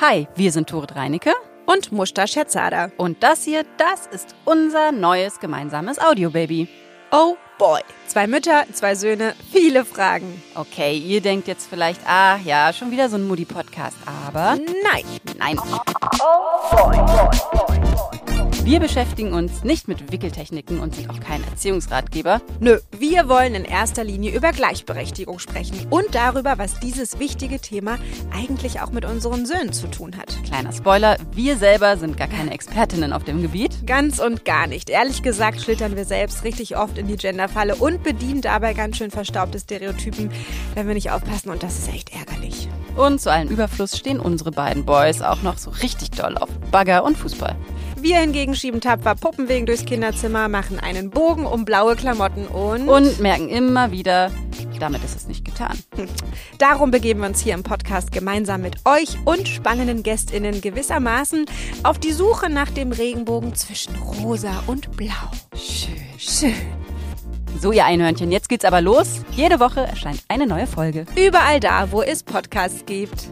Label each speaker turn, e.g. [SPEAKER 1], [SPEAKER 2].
[SPEAKER 1] Hi, wir sind Tore Reinecke
[SPEAKER 2] und Mushta Scherzada.
[SPEAKER 1] und das hier, das ist unser neues gemeinsames Audiobaby.
[SPEAKER 2] Oh boy. Zwei Mütter, zwei Söhne, viele Fragen.
[SPEAKER 1] Okay, ihr denkt jetzt vielleicht, ah ja, schon wieder so ein Moody-Podcast, aber
[SPEAKER 2] Nein.
[SPEAKER 1] nein. Wir beschäftigen uns nicht mit Wickeltechniken und sind auch kein Erziehungsratgeber.
[SPEAKER 2] Nö, wir wollen in erster Linie über Gleichberechtigung sprechen und darüber, was dieses wichtige Thema eigentlich auch mit unseren Söhnen zu tun hat.
[SPEAKER 1] Kleiner Spoiler, wir selber sind gar keine Expertinnen auf dem Gebiet.
[SPEAKER 2] Ganz und gar nicht. Ehrlich gesagt schlittern wir selbst richtig oft in die Genderfalle und bedienen dabei ganz schön verstaubte Stereotypen, wenn wir nicht aufpassen und das ist echt ärgerlich.
[SPEAKER 1] Und zu allem Überfluss stehen unsere beiden Boys auch noch so richtig doll auf Bagger und Fußball.
[SPEAKER 2] Wir hingegen schieben tapfer Puppenwegen durchs Kinderzimmer, machen einen Bogen um blaue Klamotten und...
[SPEAKER 1] Und merken immer wieder, damit ist es nicht getan.
[SPEAKER 2] Darum begeben wir uns hier im Podcast gemeinsam mit euch und spannenden GästInnen gewissermaßen auf die Suche nach dem Regenbogen zwischen rosa und blau.
[SPEAKER 1] Schön.
[SPEAKER 2] Schön.
[SPEAKER 1] So, ihr Einhörnchen, jetzt geht's aber los. Jede Woche erscheint eine neue Folge.
[SPEAKER 2] Überall da, wo es Podcasts gibt.